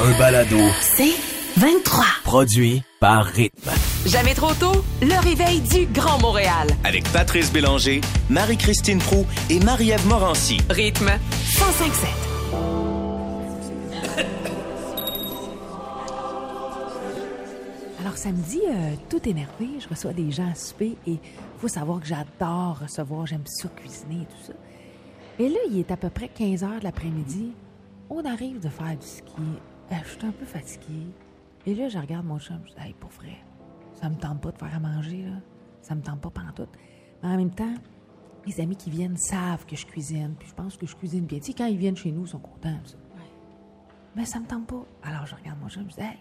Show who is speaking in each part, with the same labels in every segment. Speaker 1: Un balado
Speaker 2: C'est 23.
Speaker 1: produit par Rythme.
Speaker 2: Jamais trop tôt, le réveil du Grand Montréal.
Speaker 3: avec Patrice Bélanger, Marie-Christine Prou et Marie-Ève Morancy.
Speaker 2: Rythme 1057.
Speaker 4: Alors samedi, euh, tout énervé, je reçois des gens à souper et faut savoir que j'adore recevoir, j'aime ça cuisiner et tout ça. Et là, il est à peu près 15 heures de l'après-midi. On arrive de faire du ski. Euh, je suis un peu fatiguée. Et là, je regarde mon chum. Je dis, hey, pour vrai, ça me tente pas de faire à manger, là. Ça me tente pas pantoute. Mais en même temps, les amis qui viennent savent que je cuisine. Puis je pense que je cuisine bien. Tu sais, quand ils viennent chez nous, ils sont contents. ça. Mais ça me tente pas. Alors je regarde mon chum. Je dis, hey,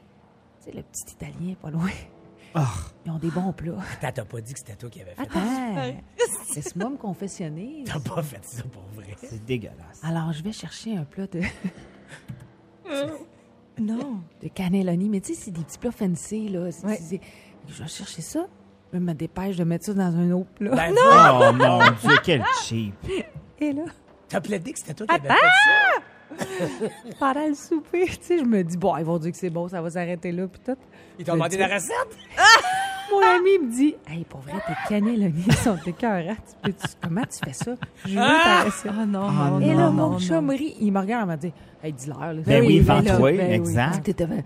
Speaker 4: tu sais, le petit Italien, pas loin. Ils ont des bons plats.
Speaker 5: T'as t'as pas dit que c'était toi qui avais fait ça.
Speaker 4: Attends, laisse-moi me confessionner.
Speaker 5: T'as pas fait ça pour vrai.
Speaker 6: Ah, C'est dégueulasse.
Speaker 4: Alors, je vais chercher un plat de,
Speaker 7: Non.
Speaker 4: de cannelloni. Mais tu sais, c'est des petits plats fancy, là. C'est- c'est- Je vais chercher ça. Je me dépêche de mettre ça dans un autre plat.
Speaker 5: Ben,
Speaker 6: Oh mon dieu, quel cheap.
Speaker 4: Et là,
Speaker 5: T'as plaidé que c'était toi qui avais fait ça.
Speaker 4: pendant le souper, tu sais, je me dis, bon, ils vont dire que c'est bon, ça va s'arrêter là, puis tout.
Speaker 5: Ils t'ont demandé la recette.
Speaker 4: Mon ami me dit, hey, pour vrai, tes cannellonis sont écœurants. hein, Tu peux, tu- comment tu fais ça? Je veux ta recette.
Speaker 7: Ah non,
Speaker 6: Ah
Speaker 7: non,
Speaker 4: Et
Speaker 7: non,
Speaker 4: là,
Speaker 7: non,
Speaker 4: mon
Speaker 7: non.
Speaker 4: chum rit. Il me regarde, il m'a dit Hey, dis-leur. là.
Speaker 6: Ben oui,
Speaker 4: ben
Speaker 6: vends-toi,
Speaker 4: là, ben oui.
Speaker 6: exact.
Speaker 4: Ah, t'es devant.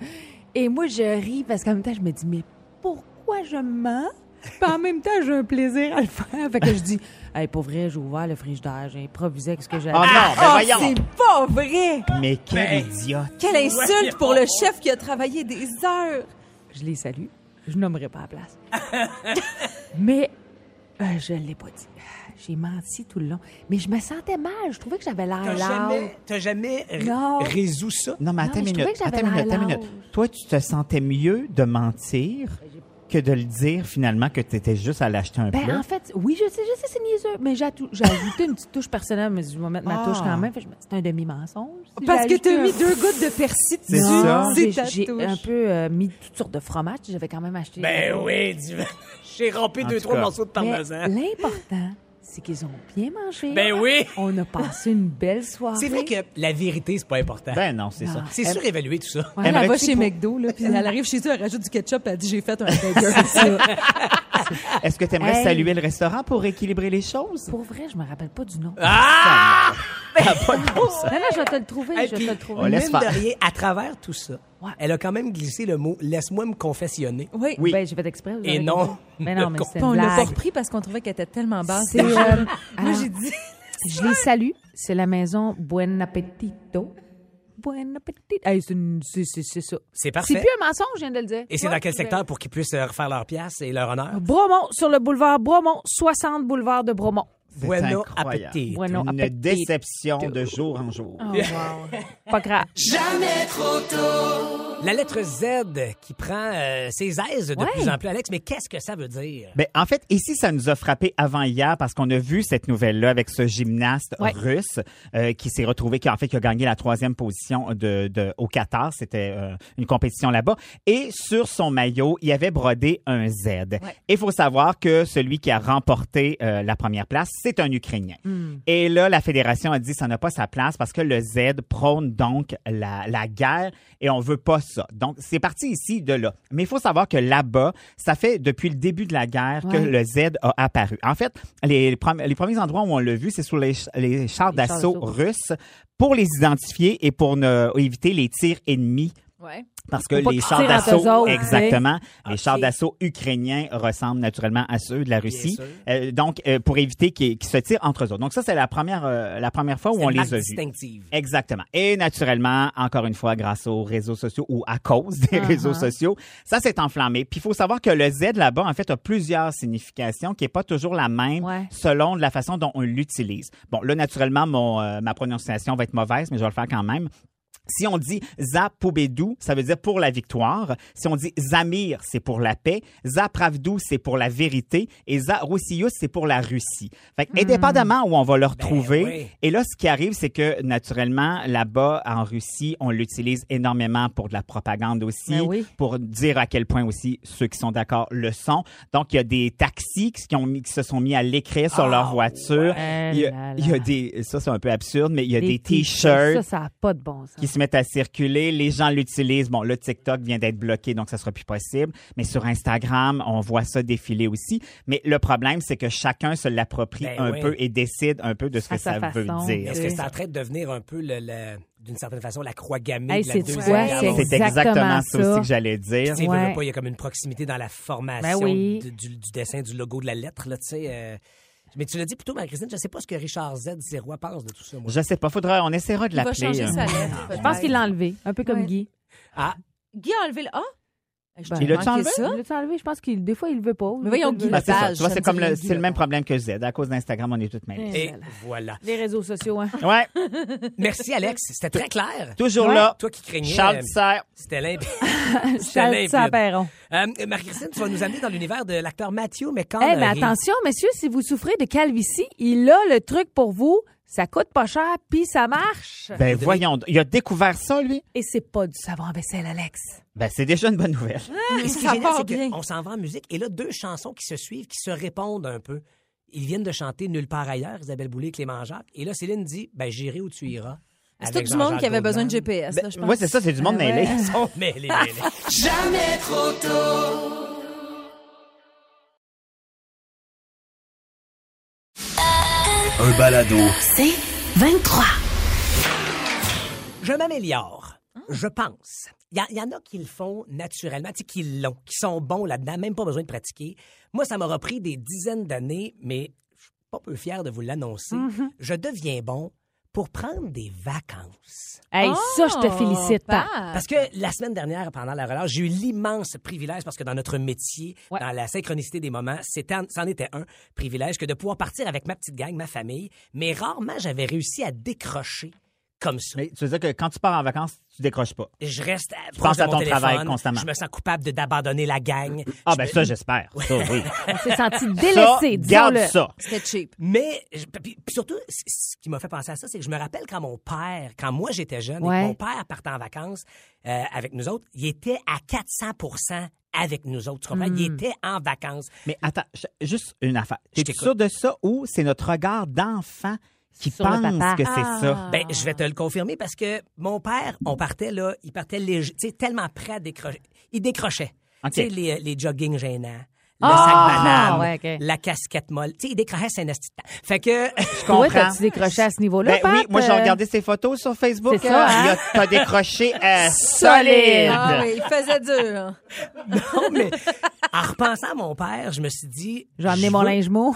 Speaker 4: Et moi, je ris parce qu'en même temps, je me dis Mais pourquoi je mens Puis en même temps, j'ai un plaisir à le faire. Fait que je dis Hey, pour vrai, j'ai ouvert le frigidaire, j'ai improvisé avec ce que j'avais.
Speaker 6: Oh non, mais
Speaker 7: Ah,
Speaker 6: voyons.
Speaker 7: c'est pas vrai!
Speaker 6: Mais quel
Speaker 5: Ben.
Speaker 6: idiote.
Speaker 7: Quelle insulte pour le chef qui a travaillé des heures!
Speaker 4: Je les salue. Je nommerai pas la place. Mais euh, je l'ai pas dit. J'ai menti tout le long. Mais je me sentais mal. Je trouvais que j'avais l'air
Speaker 5: T'as
Speaker 4: lâche.
Speaker 5: jamais, t'as jamais r-
Speaker 4: Non.
Speaker 5: résous ça.
Speaker 6: Non, mais attends
Speaker 4: mais
Speaker 6: une
Speaker 4: je
Speaker 6: minute.
Speaker 4: trouvais que j'avais
Speaker 6: Attends une minute,
Speaker 4: l'air
Speaker 6: attends une minute.
Speaker 4: lâche.
Speaker 6: Toi, tu te sentais mieux de mentir que de le dire finalement que tu étais juste à l'acheter un
Speaker 4: Ben,
Speaker 6: plat.
Speaker 4: en fait, oui, je sais, je sais, c'est niaiseux, mais j'ai atou- j'ai ajouté une petite touche personnelle, mais je vais mettre ma
Speaker 6: Ah.
Speaker 4: touche quand même. Fait que je me- C'est un demi-mensonge. si
Speaker 7: Parce
Speaker 4: j'ai
Speaker 7: que t'as
Speaker 4: ajouté
Speaker 7: mis
Speaker 4: un-
Speaker 7: deux gouttes de persil dessus.
Speaker 6: C'est ça.
Speaker 4: J'ai-
Speaker 7: ta
Speaker 4: J'ai
Speaker 7: touche.
Speaker 4: un peu euh, mis toutes sortes de fromages. J'avais quand même acheté.
Speaker 5: Ben oui, tu- j'ai rampé
Speaker 6: En
Speaker 5: deux,
Speaker 6: tout
Speaker 5: trois
Speaker 6: cas.
Speaker 5: morceaux de
Speaker 4: Mais
Speaker 5: parmesan.
Speaker 4: L'important, c'est qu'ils ont bien mangé.
Speaker 5: Ben oui.
Speaker 4: On a passé une belle soirée.
Speaker 5: C'est vrai que la vérité, c'est pas important.
Speaker 6: Ben non, c'est ça.
Speaker 5: C'est surévalué tout ça.
Speaker 7: Elle, va
Speaker 6: Aimerais-tu
Speaker 7: chez
Speaker 6: pour-
Speaker 7: McDo, là, puis elle arrive chez elle, elle rajoute du ketchup, elle dit J'ai fait un burger. C'est ça.
Speaker 6: Est-ce que tu aimerais
Speaker 4: Hey.
Speaker 6: saluer le restaurant pour équilibrer les choses?
Speaker 4: Pour vrai, je me rappelle pas du nom.
Speaker 5: Ah!
Speaker 4: Non, non, je vais te le trouver.
Speaker 5: Et
Speaker 4: je
Speaker 5: puis,
Speaker 4: vais te le
Speaker 6: on
Speaker 4: trouver.
Speaker 6: Oh, laisse
Speaker 5: Mine
Speaker 6: faire.
Speaker 5: de rien, à travers tout ça,
Speaker 4: Ouais.
Speaker 5: elle a quand même glissé le mot « laisse-moi me confessionner
Speaker 7: Oui.
Speaker 6: Oui.
Speaker 4: Ben, j'ai fait exprès. vous
Speaker 5: Et
Speaker 4: avez
Speaker 5: non.
Speaker 4: compris. Mais non, mais c'est
Speaker 7: Puis on
Speaker 4: une
Speaker 7: l'a pas
Speaker 4: blague.
Speaker 7: repris parce qu'on trouvait qu'elle était tellement basse.
Speaker 4: C'est, euh,
Speaker 7: Moi,
Speaker 4: alors-
Speaker 7: j'ai dit
Speaker 4: Je les salue. C'est la maison Buen Appetito. Buen Appetito. Hey, c'est une- c'est- c'est- c'est ça. ».
Speaker 5: C'est
Speaker 4: C'est
Speaker 5: parfait.
Speaker 4: plus un mensonge, je viens de le dire.
Speaker 5: Et c'est
Speaker 4: Ouais,
Speaker 5: dans quel
Speaker 4: ben-
Speaker 5: secteur pour qu'ils puissent euh, refaire leur pièce et leur honneur?
Speaker 4: Bromont, sur le boulevard Bromont, 60 boulevard de Bromont.
Speaker 6: C'est
Speaker 5: Bueno
Speaker 6: incroyable.
Speaker 5: appétit.
Speaker 4: Bueno
Speaker 6: Une
Speaker 4: Appetito.
Speaker 6: déception de jour en jour.
Speaker 4: Pas grave.
Speaker 5: La lettre Z qui prend euh, ses aises de
Speaker 4: Ouais.
Speaker 5: plus en plus, Alex, mais qu'est-ce que ça veut dire?
Speaker 6: Ben, en fait, ici, ça nous a frappé avant hier parce qu'on a vu cette nouvelle-là avec ce gymnaste
Speaker 4: Ouais.
Speaker 6: russe euh, qui s'est retrouvé, qui en fait qui a gagné la troisième position de, de- au Qatar. C'était euh, une compétition là-bas. Et sur son maillot, il y avait brodé un Z. Et il faut savoir que celui qui a remporté euh, la première place, c'est un Ukrainien. Et là, la fédération a dit ça n'a pas sa place parce que le Z prône donc la, la guerre et on veut pas ça. Donc, c'est parti ici de là. Mais il faut savoir que là-bas, ça fait depuis le début de la guerre que
Speaker 4: Ouais.
Speaker 6: le Z a apparu. En fait, les, premi- les premiers endroits où on l'a vu, c'est sous les, ch- les chars d'assaut
Speaker 4: d'assaut.
Speaker 6: russes pour les identifier et pour ne, éviter les tirs ennemis
Speaker 7: Ouais.
Speaker 6: parce que
Speaker 4: Faut pas
Speaker 6: les
Speaker 4: qu'ils
Speaker 6: chars
Speaker 4: tirent entre
Speaker 6: d'assaut,
Speaker 4: eux autres,
Speaker 6: exactement, les chars
Speaker 5: Ok.
Speaker 6: d'assaut ukrainiens ressemblent naturellement à ceux de la Russie.
Speaker 5: sûr.
Speaker 6: Euh, donc, euh, pour éviter qu'ils qu'ils se tirent entre eux autres. Donc ça, c'est la première, euh, la première fois où
Speaker 5: C'est
Speaker 6: on
Speaker 5: une marque
Speaker 6: les a vus.
Speaker 5: distinctive.
Speaker 6: Exactement. Et naturellement, encore une fois, grâce aux réseaux sociaux ou à cause des réseaux sociaux, ça s'est enflammé. Puis il faut savoir que le Z là-bas, en fait, a plusieurs significations qui est pas toujours la même
Speaker 4: Ouais.
Speaker 6: selon la façon dont on l'utilise. Bon, là, naturellement, mon, euh, ma prononciation va être mauvaise, mais je vais le faire quand même. Si on dit Zapobedou, ça veut dire pour la victoire. Si on dit Zamir, c'est pour la paix. Zapravdou, c'est pour la vérité. Et Zaroussius, c'est pour la Russie. Fait que, indépendamment où on va le retrouver,
Speaker 5: oui.
Speaker 6: et là, ce qui arrive, c'est que naturellement, là-bas, en Russie, on l'utilise énormément pour de la propagande aussi,
Speaker 4: Ben oui.
Speaker 6: pour dire à quel point aussi ceux qui sont d'accord le sont. Donc, il y a des taxis qui, ont mis- qui se sont mis à l'écrire sur
Speaker 5: Ah,
Speaker 6: leur voiture.
Speaker 4: ouais.
Speaker 6: Il, y
Speaker 4: Eh là
Speaker 6: a,
Speaker 4: là.
Speaker 6: il y a des, ça c'est un peu absurde, mais il y a des,
Speaker 4: t-shirts. Ça,
Speaker 6: t-shirts
Speaker 4: ça n'a pas de bon sens.
Speaker 6: qui se mettent à circuler, les gens l'utilisent. Bon, le TikTok vient d'être bloqué, donc ça sera plus possible. Mais sur Instagram, on voit ça défiler aussi. Mais le problème, c'est que chacun se l'approprie
Speaker 5: Ben
Speaker 6: un
Speaker 5: oui.
Speaker 6: peu et décide un peu de ce
Speaker 4: À
Speaker 6: que
Speaker 4: sa
Speaker 6: ça veut
Speaker 4: façon.
Speaker 6: dire.
Speaker 5: Est-ce que c'est en train de devenir un peu, le, le- d'une certaine façon, la croix gammée
Speaker 4: Hey,
Speaker 5: de la
Speaker 4: c'est-tu
Speaker 5: deuxième
Speaker 4: quoi?
Speaker 5: guerre
Speaker 4: C'est
Speaker 5: mondiale?
Speaker 6: C'est exactement
Speaker 4: exactement
Speaker 6: ça
Speaker 4: ça.
Speaker 6: aussi que j'allais dire.
Speaker 5: Tu sais, veux,
Speaker 4: Ouais.
Speaker 5: veux pas, il y a comme une proximité dans la formation
Speaker 4: Ben oui.
Speaker 5: de- du, du dessin, du logo, de la lettre, là, tu sais. euh. mais tu l'as dit plutôt, Marie-Christine, je sais pas ce que Richard Z. Sirois pense de tout ça, moi.
Speaker 6: Je sais pas, faudra, on essaiera de
Speaker 8: Il va
Speaker 6: l'appeler.
Speaker 8: changer
Speaker 6: hein.
Speaker 8: sa
Speaker 7: Ah,
Speaker 8: lettre.
Speaker 7: ben,
Speaker 4: Je pense qu'il l'a enlevé, un peu comme
Speaker 8: Ouais.
Speaker 4: Guy.
Speaker 5: Ah,
Speaker 8: Guy a enlevé le A. Je
Speaker 4: Ben,
Speaker 8: t'ai
Speaker 6: il l'a-tu
Speaker 8: manqué
Speaker 6: enlevé?
Speaker 8: ça.
Speaker 7: Ah,
Speaker 4: Il l'a enlevé, je pense qu'il des fois il le veut pas.
Speaker 8: Mais voyons, Guy,
Speaker 6: Ben,
Speaker 8: la
Speaker 6: c'est ça.
Speaker 8: page,
Speaker 6: Tu vois,
Speaker 8: ça
Speaker 6: c'est
Speaker 8: me
Speaker 6: comme
Speaker 8: dit
Speaker 6: le,
Speaker 8: rien,
Speaker 6: c'est le même problème que Z. À cause d'Instagram, on est toutes mêlées.
Speaker 5: Et voilà.
Speaker 4: les réseaux sociaux, hein.
Speaker 6: Ouais,
Speaker 5: Merci, Alex. C'était très clair.
Speaker 6: toujours
Speaker 4: Ouais.
Speaker 6: là.
Speaker 5: Toi qui craignais.
Speaker 6: Ah. Charles
Speaker 5: euh,
Speaker 6: Tissère.
Speaker 5: C'était limpide. C'était
Speaker 4: Charles
Speaker 5: limpide.
Speaker 4: Saint-Perron.
Speaker 5: Euh, Marie-Christine, tu vas nous amener dans l'univers de l'acteur Mathieu McConaughey.
Speaker 4: Eh mais attention, messieurs, si vous souffrez de calvitie, il a le truc pour vous. Ça coûte pas cher, puis ça marche.
Speaker 6: Ben voyons, il a découvert ça, lui.
Speaker 4: Et c'est pas du savon à vaisselle, Alex.
Speaker 6: Ben c'est déjà une bonne nouvelle.
Speaker 8: Ah,
Speaker 5: Et ce qui est
Speaker 7: Ça
Speaker 5: génial,
Speaker 7: part
Speaker 5: c'est que
Speaker 7: bien.
Speaker 5: on s'en va en musique et là, deux chansons qui se suivent, qui se répondent un peu. Ils viennent de chanter Nulle part ailleurs, Isabelle Boulay et Clément Jacques. Et là, Céline dit ben, J'irai où tu iras.
Speaker 8: Mm. C'est tout
Speaker 5: avec
Speaker 8: du monde qui
Speaker 5: Jean-Jacques
Speaker 8: avait besoin de
Speaker 5: Goldman.
Speaker 8: GPS, là, je
Speaker 6: Ben,
Speaker 8: pense. Ah
Speaker 6: ouais, c'est ça, c'est du monde mêlé.
Speaker 5: Oh, mais les, mais les-
Speaker 1: Un balado.
Speaker 2: 23.
Speaker 5: Je m'améliore.
Speaker 8: Hein?
Speaker 5: Je pense. Il y, a- il y en a qui le font naturellement, tu sais, qui l'ont, qui sont bons là-dedans, même pas besoin de pratiquer. Moi, ça m'aura pris des dizaines d'années, mais je suis pas peu fier de vous l'annoncer.
Speaker 8: Mm-hmm.
Speaker 5: Je deviens bon pour prendre des vacances.
Speaker 4: Hey, ça, je te félicite pas.
Speaker 5: Parce que la semaine dernière, pendant la relâche, j'ai eu l'immense privilège, parce que dans notre métier,
Speaker 4: Ouais.
Speaker 5: dans la synchronicité des moments, c'était en- c'en était un privilège que de pouvoir partir avec ma petite gang, ma famille, mais rarement j'avais réussi à décrocher comme ça.
Speaker 6: Mais tu veux dire que quand tu pars en vacances, tu décroches pas.
Speaker 5: Je reste à-
Speaker 6: penses
Speaker 5: de
Speaker 6: à
Speaker 5: mon
Speaker 6: ton
Speaker 5: téléphone,
Speaker 6: travail constamment.
Speaker 5: Je me sens coupable de- d'abandonner la gang.
Speaker 6: Ah
Speaker 5: Je
Speaker 6: ben
Speaker 5: me-
Speaker 6: ça, j'espère. Ça, oui.
Speaker 4: On s'est senti
Speaker 6: Ça,
Speaker 4: délaissé,
Speaker 6: garde
Speaker 4: disons-le.
Speaker 6: ça.
Speaker 8: C'était cheap.
Speaker 5: Mais je- puis- puis surtout, c- ce qui m'a fait penser à ça, c'est que je me rappelle quand mon père, quand moi j'étais jeune, et
Speaker 4: Ouais.
Speaker 5: que mon père partait en vacances euh, avec nous autres, il était à 400 avec nous autres. Tu comprends?
Speaker 6: Hmm.
Speaker 5: Il était en vacances.
Speaker 6: Mais attends, je- juste une affaire.
Speaker 5: Je
Speaker 6: T'es
Speaker 5: t'écoute.
Speaker 6: sûr de ça ou c'est notre regard d'enfant qui
Speaker 4: Sur le
Speaker 6: pense
Speaker 4: papa.
Speaker 6: que c'est ça?
Speaker 5: Ben,
Speaker 4: Ah.
Speaker 5: je vais te le confirmer parce que mon père, on partait là, il partait léger, tu sais, tellement prêt à décrocher. Il décrochait.
Speaker 6: OK.
Speaker 5: Tu sais, les, euh, les joggings gênants. Le
Speaker 4: Ah!
Speaker 5: sac banane,
Speaker 4: Ouais, OK.
Speaker 5: la casquette molle. Tu sais, il décrochait, c'est un asti de temps. Fait que,
Speaker 6: Je
Speaker 4: Toi,
Speaker 6: comprends.
Speaker 4: t'as-tu décroché à ce niveau-là,
Speaker 6: Ben oui,
Speaker 4: Pat?
Speaker 6: moi j'ai
Speaker 4: Euh,
Speaker 6: regardé ses photos sur Facebook.
Speaker 4: c'est ça,
Speaker 6: hein.
Speaker 4: hein?
Speaker 6: Il a- T'as décroché euh, solide.
Speaker 8: Ah oui, il faisait dur.
Speaker 5: non, mais en repensant à mon père, je me suis dit.
Speaker 4: Je vais amener mon
Speaker 5: veux-
Speaker 4: linge mou.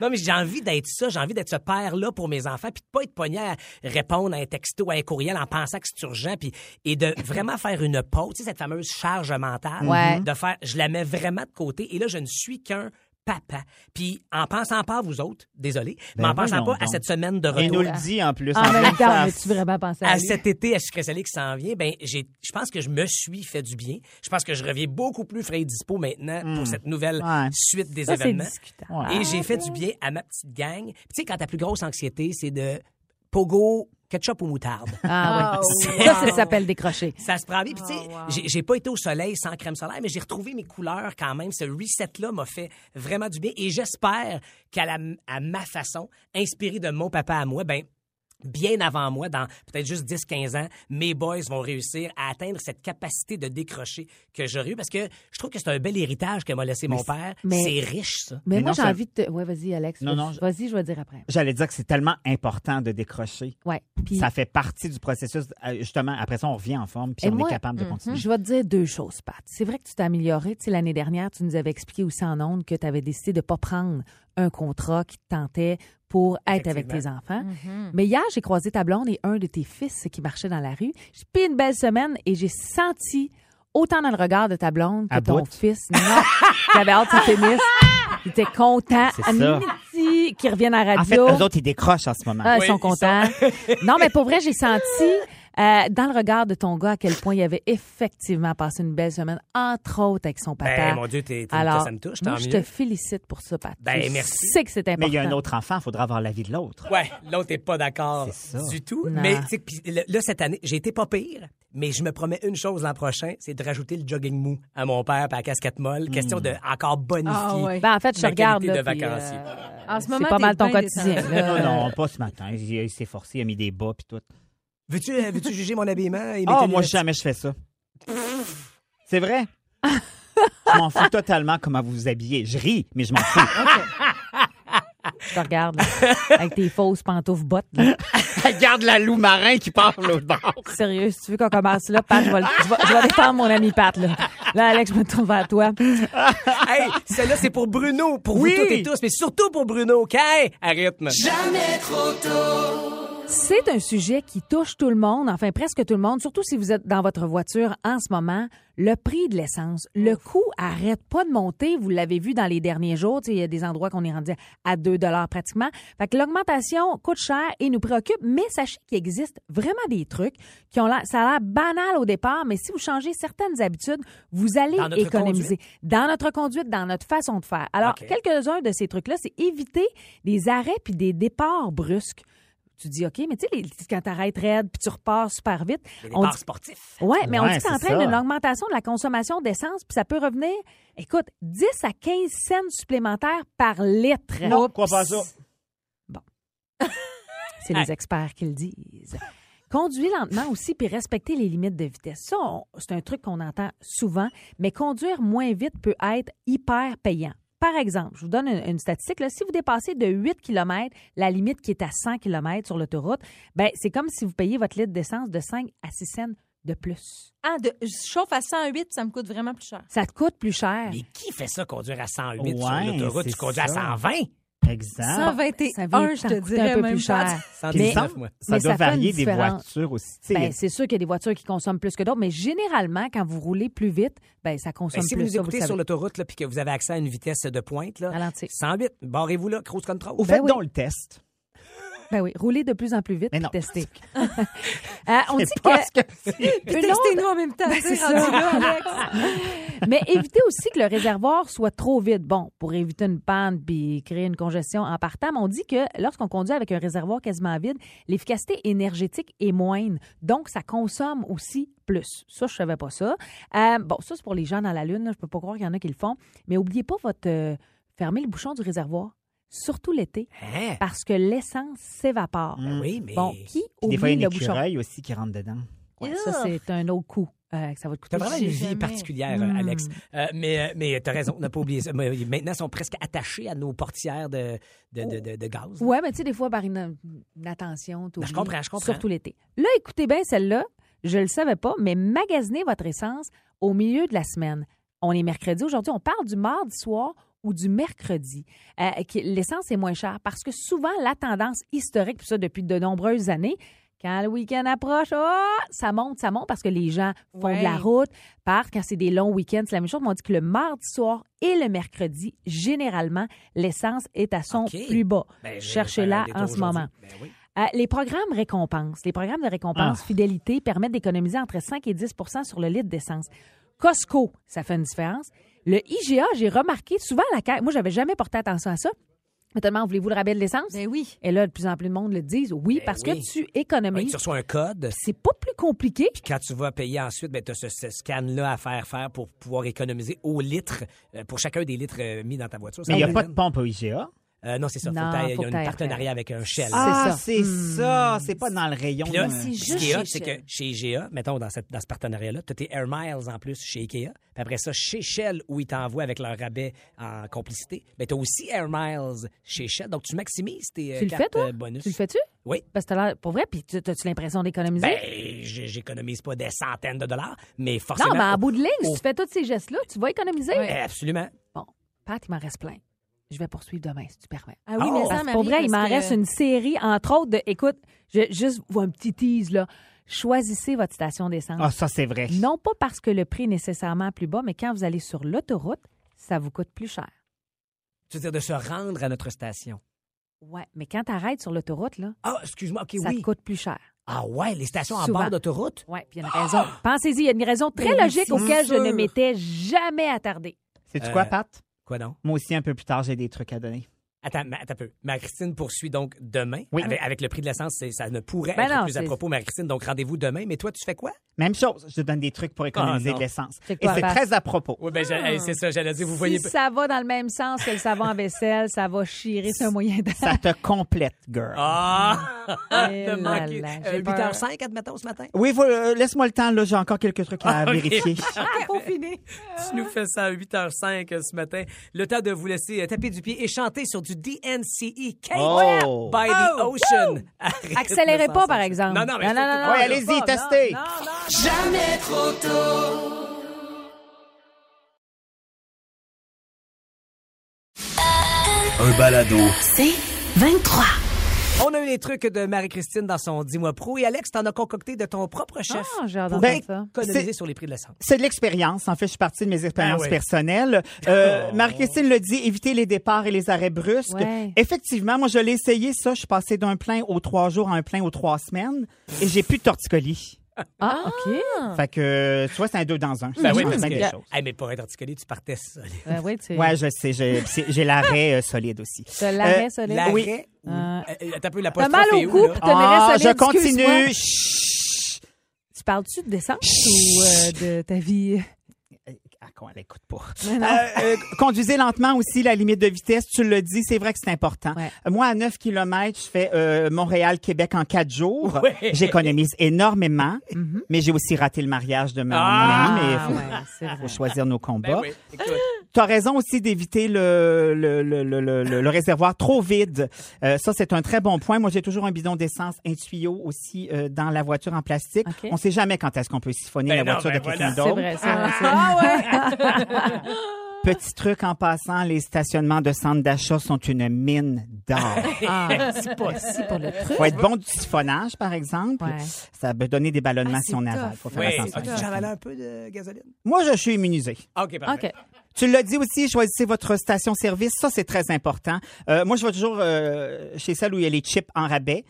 Speaker 5: Non, mais j'ai envie d'être ça. J'ai envie d'être ce père-là pour mes enfants, puis de pas être pogné à répondre à un texto, à un courriel en pensant que c'est urgent, puis et de vraiment faire une pause, tu sais, cette fameuse charge mentale,
Speaker 4: Ouais.
Speaker 5: de faire, je la mets vraiment de côté, et là, je ne suis qu'un papa. Puis en pensant pas à vous autres, désolé,
Speaker 6: Ben
Speaker 5: mais en pensant
Speaker 6: voyons
Speaker 5: pas à
Speaker 6: donc.
Speaker 5: cette semaine de
Speaker 6: Il nous
Speaker 5: retour.
Speaker 6: le dit en plus.
Speaker 4: En
Speaker 6: en
Speaker 4: même
Speaker 6: pleine
Speaker 4: temps,
Speaker 6: face.
Speaker 4: Ah, mais tu vraiment pensé à
Speaker 5: À
Speaker 4: lui?
Speaker 5: cet été à sucré salé qui s'en vient, ben j'ai, je pense que je me suis fait du bien. Je pense que je reviens beaucoup plus frais et dispo maintenant pour cette nouvelle
Speaker 6: Ouais.
Speaker 5: suite des
Speaker 4: Ça, c'est
Speaker 5: événements.
Speaker 4: discutable.
Speaker 6: Ouais.
Speaker 5: Et j'ai fait du bien à ma petite gang. Puis Tu sais, quand ta plus grosse anxiété, c'est de pogo, ketchup ou moutarde.
Speaker 4: Ah
Speaker 8: Ah,
Speaker 4: oui.
Speaker 8: wow.
Speaker 4: Ça, ça s'appelle décrocher.
Speaker 5: Ça se prend bien. Puis tu sais, j'ai- j'ai pas été au soleil sans crème solaire, mais j'ai retrouvé mes couleurs quand même. Ce reset-là m'a fait vraiment du bien. Et j'espère qu'à la- à ma façon, inspirée de mon papa à moi, ben bien avant moi, dans peut-être juste 10-15 ans, mes boys vont réussir à atteindre cette capacité de décrocher que j'aurais eu. Parce que je trouve que c'est un bel héritage que m'a laissé mon père.
Speaker 4: mais-
Speaker 5: C'est riche, ça.
Speaker 4: Mais,
Speaker 6: Mais
Speaker 4: moi,
Speaker 6: non,
Speaker 4: j'ai
Speaker 6: ça-
Speaker 4: envie de te... Ouais, vas-y, Alex.
Speaker 6: Non,
Speaker 4: vas-
Speaker 6: non, je-
Speaker 4: Vas-y, je vais dire après.
Speaker 6: J'allais dire que c'est tellement important de décrocher.
Speaker 4: Ouais. Puis,
Speaker 6: Ça fait partie du processus. euh, Justement, après ça, on revient en forme puis
Speaker 4: Et
Speaker 6: on
Speaker 4: moi- mhm,
Speaker 6: est capable de continuer.
Speaker 4: Je vais te dire deux choses, Pat. C'est vrai que tu t'es amélioré. Tu sais, l'année dernière, tu nous avais expliqué aussi en ondes que tu avais décidé de ne pas prendre un contrat qui te tentait pour être avec tes enfants.
Speaker 6: Mhm.
Speaker 4: Mais hier, j'ai croisé ta blonde et un de tes fils qui marchait dans la rue. J'ai pris une belle semaine et j'ai senti autant dans le regard de ta blonde que
Speaker 6: À
Speaker 4: ton
Speaker 6: bout.
Speaker 4: fils. Non, j'avais hâte qu'il finisse. Il était content.
Speaker 6: C'est
Speaker 4: À
Speaker 6: ça.
Speaker 4: midi, qu'il revienne à la
Speaker 6: En fait,
Speaker 4: radio.
Speaker 6: eux autres, ils décrochent en ce moment.
Speaker 4: Ah, ils sont contents. non, mais pour vrai, j'ai senti euh, dans le regard de ton gars à quel point il avait effectivement passé une belle semaine, entre autres avec son papa.
Speaker 5: Ben, mon Dieu, t'es- t'es-
Speaker 4: Alors,
Speaker 5: ça me touche, tant
Speaker 4: moi, je
Speaker 5: mieux.
Speaker 4: te félicite pour ça, Pat.
Speaker 5: Ben,
Speaker 4: Je
Speaker 5: merci.
Speaker 4: sais que c'est important.
Speaker 6: Mais il y a un autre enfant, il faudra avoir l'avis de l'autre.
Speaker 5: Ouais, l'autre n'est pas d'accord
Speaker 6: C'est ça.
Speaker 5: du tout.
Speaker 4: Non.
Speaker 5: Mais tu sais, puis le- là, cette année, j'ai été pas pire, mais je me promets une chose l'an prochain, c'est de rajouter le jogging mou à mon père et à la casquette molle.
Speaker 6: Hmm.
Speaker 5: Question de encore bonifier.
Speaker 7: Ah ouais.
Speaker 4: Ben, en fait, je
Speaker 5: Ma
Speaker 4: regarde. Là,
Speaker 5: qualité de
Speaker 4: puis, euh,
Speaker 5: vacancier.
Speaker 7: En ce
Speaker 4: c'est
Speaker 7: moment,
Speaker 4: pas
Speaker 7: t'es
Speaker 4: mal ton
Speaker 7: bien
Speaker 4: quotidien.
Speaker 7: descendu.
Speaker 4: là.
Speaker 6: Non, non, pas ce matin. Il, il s'est forcé, il a mis des bas puis tout.
Speaker 5: Veux-tu euh, veux-tu juger mon habillement? et mes
Speaker 6: Ah,
Speaker 5: tenues
Speaker 6: moi,
Speaker 5: de-
Speaker 6: jamais je fais ça. C'est vrai? je m'en fous totalement comment vous vous habillez. Je ris, mais je m'en fous.
Speaker 9: Je te regarde, là, avec tes fausses pantoufles bottes. là.
Speaker 6: Regarde la loup marin qui part l'autre bord.
Speaker 9: Sérieux, si tu veux qu'on commence là, Pat, je vais, le- je vais- je vais défendre mon ami Pat. Là. Là, Alex, je me tourne vers toi.
Speaker 5: Hey, celle-là, c'est pour Bruno, pour
Speaker 6: Oui.
Speaker 5: vous toutes et tous, mais surtout pour Bruno, OK? À rythme.
Speaker 4: C'est un sujet qui touche tout le monde, enfin presque tout le monde, surtout si vous êtes dans votre voiture en ce moment. Le prix de l'essence, le coût arrête pas de monter. Vous l'avez vu dans les derniers jours. Tu sais, Il y a des endroits qu'on est rendu à 2 pratiquement. Fait que l'augmentation coûte cher et nous préoccupe, mais sachez qu'il existe vraiment des trucs qui ont l'air, ça a l'air banal au départ, mais si vous changez certaines habitudes, vous allez
Speaker 5: Dans notre
Speaker 4: économiser dans notre conduite, dans notre façon de faire. Alors,
Speaker 5: OK.
Speaker 4: quelques-uns de ces trucs-là, c'est éviter des arrêts puis des départs brusques. Tu dis, OK, mais tu sais, les- quand t'arrêtes raide puis tu repars super vite,
Speaker 5: Les
Speaker 4: on
Speaker 5: départs
Speaker 4: dit,
Speaker 5: sportifs.
Speaker 4: ouais, mais on
Speaker 6: Ouais,
Speaker 4: dit que
Speaker 6: c'est
Speaker 4: t'entraînes
Speaker 6: ça.
Speaker 4: une augmentation de la consommation d'essence puis ça peut revenir, écoute, 10 à 15 cents supplémentaires par litre.
Speaker 6: Non, je crois pas à ça.
Speaker 4: C'est les experts qui le disent. Conduire lentement aussi, puis respecter les limites de vitesse. Ça, on- c'est un truc qu'on entend souvent, mais conduire moins vite peut être hyper payant. Par exemple, je vous donne une, une statistique. là. si vous dépassez de 8 km la limite qui est à 100 km sur l'autoroute, ben, c'est comme si vous payez votre litre d'essence de 5 à 6 cents de plus.
Speaker 8: Ah, de, je chauffe à 108, ça me coûte vraiment plus cher.
Speaker 4: Ça te coûte plus cher.
Speaker 5: Mais qui fait ça, conduire à 108
Speaker 6: Ouais,
Speaker 5: sur l'autoroute?
Speaker 6: c'est
Speaker 5: Tu conduis à
Speaker 6: ça.
Speaker 5: 120?
Speaker 6: Exact.
Speaker 8: 121,
Speaker 4: Ça vient
Speaker 8: je
Speaker 4: ça
Speaker 8: te
Speaker 4: coûte
Speaker 8: dirais
Speaker 4: un peu
Speaker 8: même
Speaker 4: plus
Speaker 8: pas.
Speaker 4: cher.
Speaker 6: Puis il me
Speaker 5: 119,
Speaker 6: semble,
Speaker 5: moi.
Speaker 6: ça
Speaker 4: mais
Speaker 6: doit
Speaker 4: ça fait une
Speaker 6: varier des
Speaker 4: différence.
Speaker 6: voitures aussi. Tu sais,
Speaker 4: Ben, c'est sûr qu'il y a des voitures qui consomment plus que d'autres, mais généralement, quand vous roulez plus vite, ben, ça
Speaker 5: Ben,
Speaker 4: consomme
Speaker 5: si vous
Speaker 4: plus.
Speaker 5: nous
Speaker 4: ça, le
Speaker 5: écoutez sur
Speaker 4: savez.
Speaker 5: l'autoroute là, puis que vous avez accès à une vitesse de pointe, là,
Speaker 4: Ralentir.
Speaker 5: 108, barrez-vous là, cruise control.
Speaker 6: Au
Speaker 4: ben
Speaker 6: fait,
Speaker 4: oui.
Speaker 6: donc, le test.
Speaker 4: Ben oui, rouler de plus en plus vite
Speaker 6: Mais
Speaker 4: puis
Speaker 6: non.
Speaker 4: tester. Euh, on dit
Speaker 6: C'est
Speaker 4: que,
Speaker 6: pas ce que c'est.
Speaker 4: une autre-
Speaker 8: Testez-nous en même temps. tu sais,
Speaker 4: c'est
Speaker 8: rendu
Speaker 4: ça.
Speaker 8: là, Alex.
Speaker 4: mais éviter aussi que le réservoir soit trop vide. Bon, pour éviter une panne puis créer une congestion en partant, mais on dit que lorsqu'on conduit avec un réservoir quasiment vide, l'efficacité énergétique est moindre. Donc, ça consomme aussi plus. Ça, je savais pas ça. Euh, bon, ça, c'est pour les gens dans la Lune. là. Je peux pas croire qu'il y en a qui le font. Mais oubliez pas votre euh, fermer le bouchon du réservoir, surtout l'été,
Speaker 5: Hein?
Speaker 4: parce que l'essence s'évapore.
Speaker 5: Ben oui, mais
Speaker 4: Mm. Bon, qui
Speaker 6: Mmh. Des
Speaker 4: oublie
Speaker 6: fois, il y a
Speaker 4: le
Speaker 6: une
Speaker 4: bouchon?
Speaker 6: écureuil aussi qui rentre dedans.
Speaker 4: Ouais, ça, c'est un autre coup euh, que ça va te coûter.
Speaker 5: T'as vraiment une
Speaker 8: J'ai
Speaker 5: vie
Speaker 8: jamais-
Speaker 5: particulière, euh, Alex.
Speaker 4: Hmm.
Speaker 5: Euh, mais euh, mais t'as raison, on n'a pas oublié ça. Mais, euh, Maintenant, ils sont presque attachés à nos portières de, de, de, de- de gaz.
Speaker 4: Ouais, mais tu sais, des fois, par une, une attention, tout.
Speaker 5: Ben, je comprends, je comprends.
Speaker 4: Surtout l'été. Là, écoutez bien celle-là. Je le savais pas, mais magasinez votre essence au milieu de la semaine. On est mercredi aujourd'hui. On parle du mardi soir ou du mercredi. Euh, qui- L'essence est moins chère parce que souvent, la tendance historique, puis ça depuis de nombreuses années, quand le week-end approche, ah, ça monte, ça monte parce que les gens font de la
Speaker 8: Ouais.
Speaker 4: route, partent quand c'est des longs week-ends. C'est la même chose. Mais on dit que le mardi soir et le mercredi, généralement, l'essence est à son
Speaker 5: OK.
Speaker 4: plus bas.
Speaker 5: Ben, je-
Speaker 4: Cherchez-la
Speaker 5: je vais faire un
Speaker 4: en
Speaker 5: détour
Speaker 4: ce moment.
Speaker 5: aujourd'hui. Ben oui.
Speaker 4: Euh, les programmes récompenses, les programmes de récompense
Speaker 5: Ah.
Speaker 4: fidélité permettent d'économiser entre 5 et 10 sur le litre d'essence. Costco, ça fait une différence. Le IGA, j'ai remarqué souvent à la caisse. Moi, j'avais jamais porté attention à ça. Mais tellement, voulez-vous le rabais de l'essence?
Speaker 8: Ben oui.
Speaker 4: Et là, de plus en plus de monde le disent. Oui,
Speaker 5: Ben
Speaker 4: parce
Speaker 5: oui.
Speaker 4: que tu
Speaker 5: Ouais,
Speaker 4: économises.
Speaker 5: tu reçois un code.
Speaker 4: C'est pas plus compliqué.
Speaker 5: Quand tu vas payer ensuite, ben, tu as ce, ce scan-là à faire faire pour pouvoir économiser au litre, euh, pour chacun des litres euh, mis dans ta voiture. Ça
Speaker 6: Mais il n'y a
Speaker 5: vaut
Speaker 6: pas
Speaker 5: la peine.
Speaker 6: de pompe au IGA.
Speaker 5: Euh, non, c'est ça. Faut
Speaker 4: Non,
Speaker 5: que t'ailles-
Speaker 4: faut
Speaker 5: il y
Speaker 4: que
Speaker 5: a un
Speaker 4: t'ailles
Speaker 5: partenariat avec un Shell.
Speaker 4: Ah,
Speaker 6: c'est ça. C'est pas dans le rayon.
Speaker 5: Puis là,
Speaker 6: euh,
Speaker 8: c'est
Speaker 5: ce
Speaker 8: juste
Speaker 5: qui est hot,
Speaker 8: chez
Speaker 5: c'est que
Speaker 8: Shell.
Speaker 5: chez IGA, mettons, dans, cette- dans ce partenariat-là, tu as tes Air Miles en plus chez IKEA. Puis après ça, chez Shell, où ils t'envoient avec leur rabais en complicité, mais tu as aussi Air Miles chez Shell. Donc, tu maximises tes euh,
Speaker 4: Tu le
Speaker 5: cartes
Speaker 4: fais, toi?
Speaker 5: euh, bonus.
Speaker 4: Tu le fais-tu?
Speaker 5: Oui.
Speaker 4: Parce que t'as l'air, pour vrai, puis tu- t'as-tu l'impression d'économiser?
Speaker 5: Ben, j- j'économise pas des centaines de dollars, mais forcément... Oh.
Speaker 4: non, mais en bout de ligne, si
Speaker 5: au-
Speaker 4: tu fais tous ces gestes-là, tu vas économiser.
Speaker 5: Eh, Absolument.
Speaker 4: Pat, il m'en reste plein. Je vais poursuivre demain, si tu permets.
Speaker 8: Ah oui, mais
Speaker 5: Oh.
Speaker 8: ça,
Speaker 4: Parce que pour
Speaker 8: Marie,
Speaker 4: vrai, il m'en
Speaker 8: parce que-
Speaker 4: reste une série, entre autres, de. Écoute, je, juste vous un petit tease, là. Choisissez votre station d'essence.
Speaker 6: Ah, ça, c'est vrai.
Speaker 4: Non pas parce que le prix est nécessairement plus bas, mais quand vous allez sur l'autoroute, ça vous coûte plus cher.
Speaker 5: Tu veux dire de se rendre à notre station.
Speaker 4: Ouais, mais quand tu arrêtes sur l'autoroute, là,
Speaker 5: Ah, excuse-moi, OK,
Speaker 4: ça
Speaker 5: oui.
Speaker 4: te coûte plus cher. Ah!
Speaker 5: Ah ouais, les stations en
Speaker 4: Souvent.
Speaker 5: bord d'autoroute?
Speaker 4: Ouais, puis il y a une raison. Pensez-y, il y a une raison très
Speaker 8: Mais
Speaker 4: logique
Speaker 8: c'est
Speaker 4: auquel je
Speaker 8: sûr.
Speaker 4: ne m'étais jamais attardée.
Speaker 6: Sais-tu
Speaker 5: Euh,
Speaker 6: quoi, Pat?
Speaker 5: Quoi donc?
Speaker 6: Moi aussi, un peu plus tard, j'ai des trucs à donner.
Speaker 5: Attends, ma- attends un peu. Marie-Christine poursuit donc demain.
Speaker 6: Oui.
Speaker 5: Avec, avec le prix de l'essence, c'est- ça ne pourrait
Speaker 4: Ben
Speaker 5: être
Speaker 4: non,
Speaker 5: plus à
Speaker 4: c'est-
Speaker 5: propos, Marie-Christine. Donc, rendez-vous demain. Mais toi, tu fais quoi?
Speaker 6: Même chose, je donne des trucs pour économiser
Speaker 5: Ah, non.
Speaker 6: de l'essence.
Speaker 9: C'est
Speaker 6: Et
Speaker 9: quoi,
Speaker 6: c'est
Speaker 9: Pat?
Speaker 6: très à propos.
Speaker 5: Oui, ben, j'ai- hey, c'est ça, j'allais dire, vous voyez.
Speaker 9: Si ça va dans le même sens que le savon en vaisselle, ça va chirer sur un moyen
Speaker 6: Ça te complète, girl.
Speaker 5: Ah! Euh,
Speaker 9: Eh
Speaker 5: De
Speaker 9: là
Speaker 5: manquer.
Speaker 9: là, j'ai peur.
Speaker 5: 8h05, admettons, ce matin.
Speaker 6: Oui, voilà, euh, laisse-moi le temps, là, j'ai encore quelques trucs à
Speaker 5: Ah, ok.
Speaker 6: vérifier.
Speaker 9: confiné.
Speaker 5: Tu nous fais ça à 8h05 euh, ce matin. Le temps de vous laisser euh, taper du pied et chanter sur du DNCE Cake E
Speaker 6: Oh!
Speaker 5: by the Ocean. Arrête,
Speaker 9: Accélérez
Speaker 5: le
Speaker 9: pas,
Speaker 5: sens,
Speaker 9: par
Speaker 5: ça.
Speaker 9: exemple.
Speaker 5: Non, non, mais
Speaker 9: Non, non,
Speaker 5: surtout-
Speaker 9: non,
Speaker 6: Oui,
Speaker 9: non.
Speaker 6: allez-y, testez.
Speaker 1: Un balado.
Speaker 2: C'est 23.
Speaker 5: On a eu les trucs de Marie-Christine dans son Dis-moi pro et Alex, t'en as concocté de ton propre chef.
Speaker 9: Ah, j'ai hâte
Speaker 5: pour
Speaker 9: d'entendre
Speaker 6: Ben,
Speaker 9: ça.
Speaker 5: économiser sur les prix de l'essence.
Speaker 6: C'est de l'expérience. En fait, je suis partie de mes expériences
Speaker 5: Ah oui. Oh.
Speaker 6: personnelles. Euh, Marie-Christine le dit, éviter les départs et les arrêts brusques.
Speaker 9: Ouais.
Speaker 6: Effectivement, moi, je l'ai essayé, ça. Je suis passée d'un plein aux trois jours à un plein aux trois semaines. Et j'ai plus de torticolis.
Speaker 9: Ah, OK.
Speaker 6: Fait que, tu vois, c'est un deux dans un. Ça
Speaker 5: Ben oui, parce
Speaker 6: change bien
Speaker 5: que,
Speaker 6: des choses.
Speaker 5: Hey, mais pour être articulé, tu partais seul.
Speaker 9: Ben oui, tu
Speaker 6: Ouais, je sais. j'ai- c'est- J'ai l'arrêt euh, solide aussi.
Speaker 9: T'as l'arrêt
Speaker 6: Euh,
Speaker 9: solide.
Speaker 5: L'arrêt,
Speaker 6: oui.
Speaker 5: ou-
Speaker 9: Euh,
Speaker 5: Euh, T'as peu la
Speaker 9: T'as mal au cou, puis t'as
Speaker 6: Ah,
Speaker 9: le
Speaker 6: je
Speaker 9: reste solide, excuse-moi.
Speaker 6: continue. Chut.
Speaker 9: Tu parles-tu de descente ou euh, de ta vie?
Speaker 6: Ah, qu'on l'écoute pas. Euh, euh, conduisez lentement aussi, la limite de vitesse, tu le dis, c'est vrai que c'est important.
Speaker 9: Ouais.
Speaker 6: Euh, Moi, à 9 km, je fais euh, Montréal-Québec en 4 jours. J'économise énormément, mais j'ai aussi raté le mariage de ma mon
Speaker 5: Mm-hmm. Ah,
Speaker 6: ami, mais
Speaker 9: Ah,
Speaker 6: faut,
Speaker 9: ouais, c'est vrai.
Speaker 6: faut choisir nos
Speaker 5: Ben
Speaker 6: combats.
Speaker 5: oui, écoute.
Speaker 6: T'as raison aussi d'éviter le, le, le, le, le, le- le réservoir trop vide. Euh, ça, c'est un très bon point. Moi, j'ai toujours un bidon d'essence, un tuyau aussi euh, dans la voiture en plastique.
Speaker 9: OK.
Speaker 6: On sait jamais quand est-ce qu'on peut siphonner
Speaker 5: Ben
Speaker 6: la
Speaker 5: non,
Speaker 6: voiture
Speaker 5: ben
Speaker 6: de quelqu'un
Speaker 5: voilà.
Speaker 9: C'est
Speaker 6: d'autre.
Speaker 9: vrai, c'est vrai. c'est vrai.
Speaker 6: Petit truc en passant, les stationnements de centres d'achat sont une mine d'or.
Speaker 9: Ah, c'est pas si pour le truc.
Speaker 6: Faut être bon du siphonnage, par exemple.
Speaker 9: Ouais.
Speaker 6: Ça peut donner des ballonnements
Speaker 9: Ah,
Speaker 6: si on
Speaker 9: c'est
Speaker 6: avale.
Speaker 9: tough.
Speaker 6: Faut faire
Speaker 5: Oui.
Speaker 6: attention.
Speaker 5: As-tu déjà avalé un peu de gasoline?
Speaker 6: Moi, je suis immunisé.
Speaker 5: Ah, OK,
Speaker 9: OK.
Speaker 5: parfait.
Speaker 6: Tu l'as dit aussi, choisissez votre station-service. Ça, c'est très important. Euh, moi, je vais toujours euh, chez celle où il y a les chips en rabais.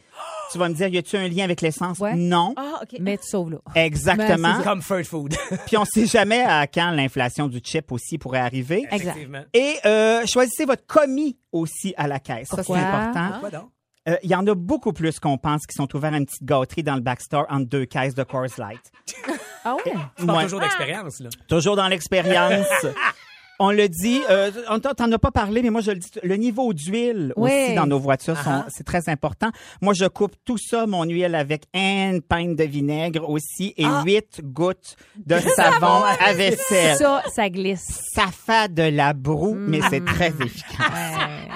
Speaker 6: Tu vas me dire, y a-tu un lien avec l'essence?
Speaker 9: Ouais.
Speaker 6: Non.
Speaker 8: Ah, OK.
Speaker 9: Mais tu sauves là. Ben,
Speaker 6: Exactement.
Speaker 9: c'est
Speaker 5: Comfort food.
Speaker 6: Puis on sait jamais à quand l'inflation du chip aussi pourrait arriver.
Speaker 9: Exact.
Speaker 5: Effectivement.
Speaker 6: Et euh, choisissez votre commis aussi à la caisse. Ça, c'est
Speaker 9: Pourquoi? Ah.
Speaker 6: important.
Speaker 5: Quoi donc?
Speaker 6: Euh, Il y en a beaucoup plus qu'on pense qui sont ouverts à une petite gâterie dans le backstore entre deux caisses de Coors Light.
Speaker 9: Ah ouais?
Speaker 5: Tu parles
Speaker 6: Ouais. Ah.
Speaker 5: toujours d'expérience, là.
Speaker 6: Toujours dans l'expérience. On le dit, euh, on t'en- t'en as pas parlé, mais moi je le dis, le niveau d'huile
Speaker 9: Oui.
Speaker 6: aussi dans nos voitures, sont-
Speaker 5: Uh-huh.
Speaker 6: c'est très important. Moi je coupe tout ça, mon huile avec une pinte de vinaigre aussi et
Speaker 5: Ah.
Speaker 6: huit gouttes de savon à vaisselle. Ça,
Speaker 9: Ça, ça glisse.
Speaker 6: fait de la broue, mais c'est très efficace.
Speaker 9: Mm. Ouais.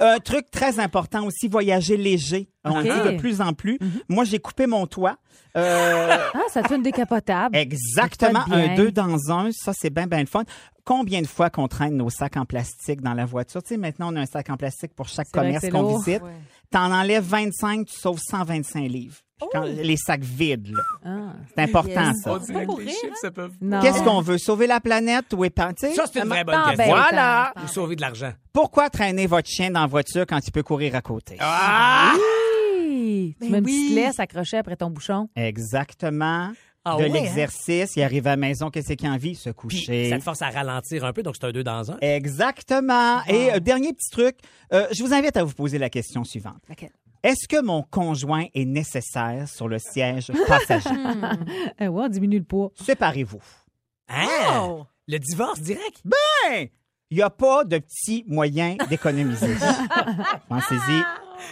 Speaker 6: Un truc très important aussi, voyager léger. On
Speaker 9: Ok. Mm-hmm.
Speaker 6: le dit de plus en plus. Moi j'ai coupé mon toit. Euh,
Speaker 9: Ah, ça te fait une décapotable.
Speaker 6: Exactement,
Speaker 9: C'est pas bien.
Speaker 6: un deux dans un, ça c'est bien bien le fun. Combien de fois qu'on traîne nos sacs en plastique dans la voiture Tu sais, maintenant on a un sac en plastique pour chaque
Speaker 9: vrai que
Speaker 6: commerce
Speaker 9: c'est
Speaker 6: qu'on
Speaker 9: lourd.
Speaker 6: visite. T'en enlèves 25, tu sauves 125 livres. Puis quand- les sacs vides, là.
Speaker 9: Oh! Ah.
Speaker 6: c'est important
Speaker 9: Yes.
Speaker 6: ça.
Speaker 5: dirait
Speaker 8: pour rire,
Speaker 5: ça peut...
Speaker 9: Non.
Speaker 6: Qu'est-ce qu'on veut sauver la planète ou épargner
Speaker 5: Ça, c'est une vraie bonne
Speaker 9: Ah, ben,
Speaker 5: question.
Speaker 6: Voilà.
Speaker 9: attends,
Speaker 5: Vous
Speaker 9: attends.
Speaker 5: sauvez de l'argent.
Speaker 6: Pourquoi traîner votre chien dans la voiture quand il peut courir à côté
Speaker 5: Ah.
Speaker 9: Ben Oui. Tu mets une petite laisse accrochée après ton bouchon.
Speaker 6: Exactement.
Speaker 5: Ah
Speaker 6: de
Speaker 5: ouais,
Speaker 6: l'exercice, il arrive à la maison, qu'est-ce qu'il a envie Se
Speaker 5: Puis,
Speaker 6: coucher.
Speaker 5: ça te Ah. force à ralentir un peu, donc c'est un deux dans un.
Speaker 6: Exactement. Et euh, dernier petit truc, euh, je vous invite à vous poser la question suivante.
Speaker 9: Laquelle?
Speaker 6: Est-ce que mon conjoint est nécessaire sur le siège passager?
Speaker 5: Hmm.
Speaker 9: Eh ouais, on diminue le poids.
Speaker 6: Séparez-vous.
Speaker 5: Hein? Le divorce direct?
Speaker 6: Hein? Il n'y a pas de petit moyen d'économiser. Pensez-y.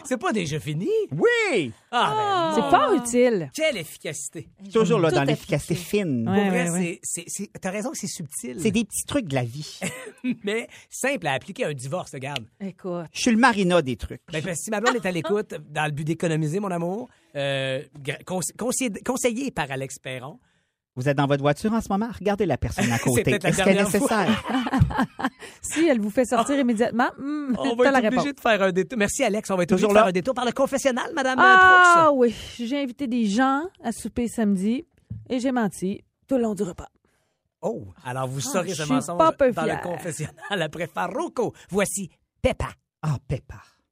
Speaker 5: C'est pas déjà fini?
Speaker 6: Oui!
Speaker 5: Ah,
Speaker 9: C'est
Speaker 5: ben, mon-
Speaker 9: fort utile.
Speaker 5: Quelle efficacité!
Speaker 6: Toujours là
Speaker 8: Tout
Speaker 6: dans
Speaker 8: à
Speaker 6: l'efficacité fine.
Speaker 9: Ouais,
Speaker 5: Pour vrai,
Speaker 9: ouais, ouais.
Speaker 5: c'est- c'est- c'est- T'as raison que c'est subtil,
Speaker 6: C'est des petits trucs de la vie.
Speaker 5: mais simple à appliquer à un divorce, regarde.
Speaker 9: Écoute.
Speaker 6: Je suis le marina des trucs.
Speaker 5: Ben, parce que si ma blonde est à l'écoute, dans le but d'économiser, mon amour, euh, gra- conse- conseillé, conseillé par Alex Perron,
Speaker 6: Vous êtes dans votre voiture en ce moment, regardez la personne à côté.
Speaker 5: peut-être la
Speaker 6: Est-ce qu'elle est
Speaker 5: dernière fois.
Speaker 6: nécessaire?
Speaker 9: Si elle vous fait sortir immédiatement, hmm,
Speaker 5: Ah. on va
Speaker 9: t'as la
Speaker 5: être
Speaker 9: réponse.
Speaker 5: obligé de faire un détour. Merci, Alex, on va être obligé
Speaker 6: Toujours
Speaker 5: de faire
Speaker 6: là.
Speaker 5: un détour par le confessionnal, Madame euh,
Speaker 9: Ah
Speaker 5: Proulx.
Speaker 9: oui, j'ai invité des gens à souper samedi et j'ai menti tout le long du repas.
Speaker 5: Oh, alors vous saurez
Speaker 9: Ah, je
Speaker 5: ce
Speaker 9: suis
Speaker 5: mensonge
Speaker 9: pas peu
Speaker 5: dans le
Speaker 9: fière.
Speaker 5: confessionnal après Farruko. Voici Peppa.
Speaker 6: Ah, Peppa.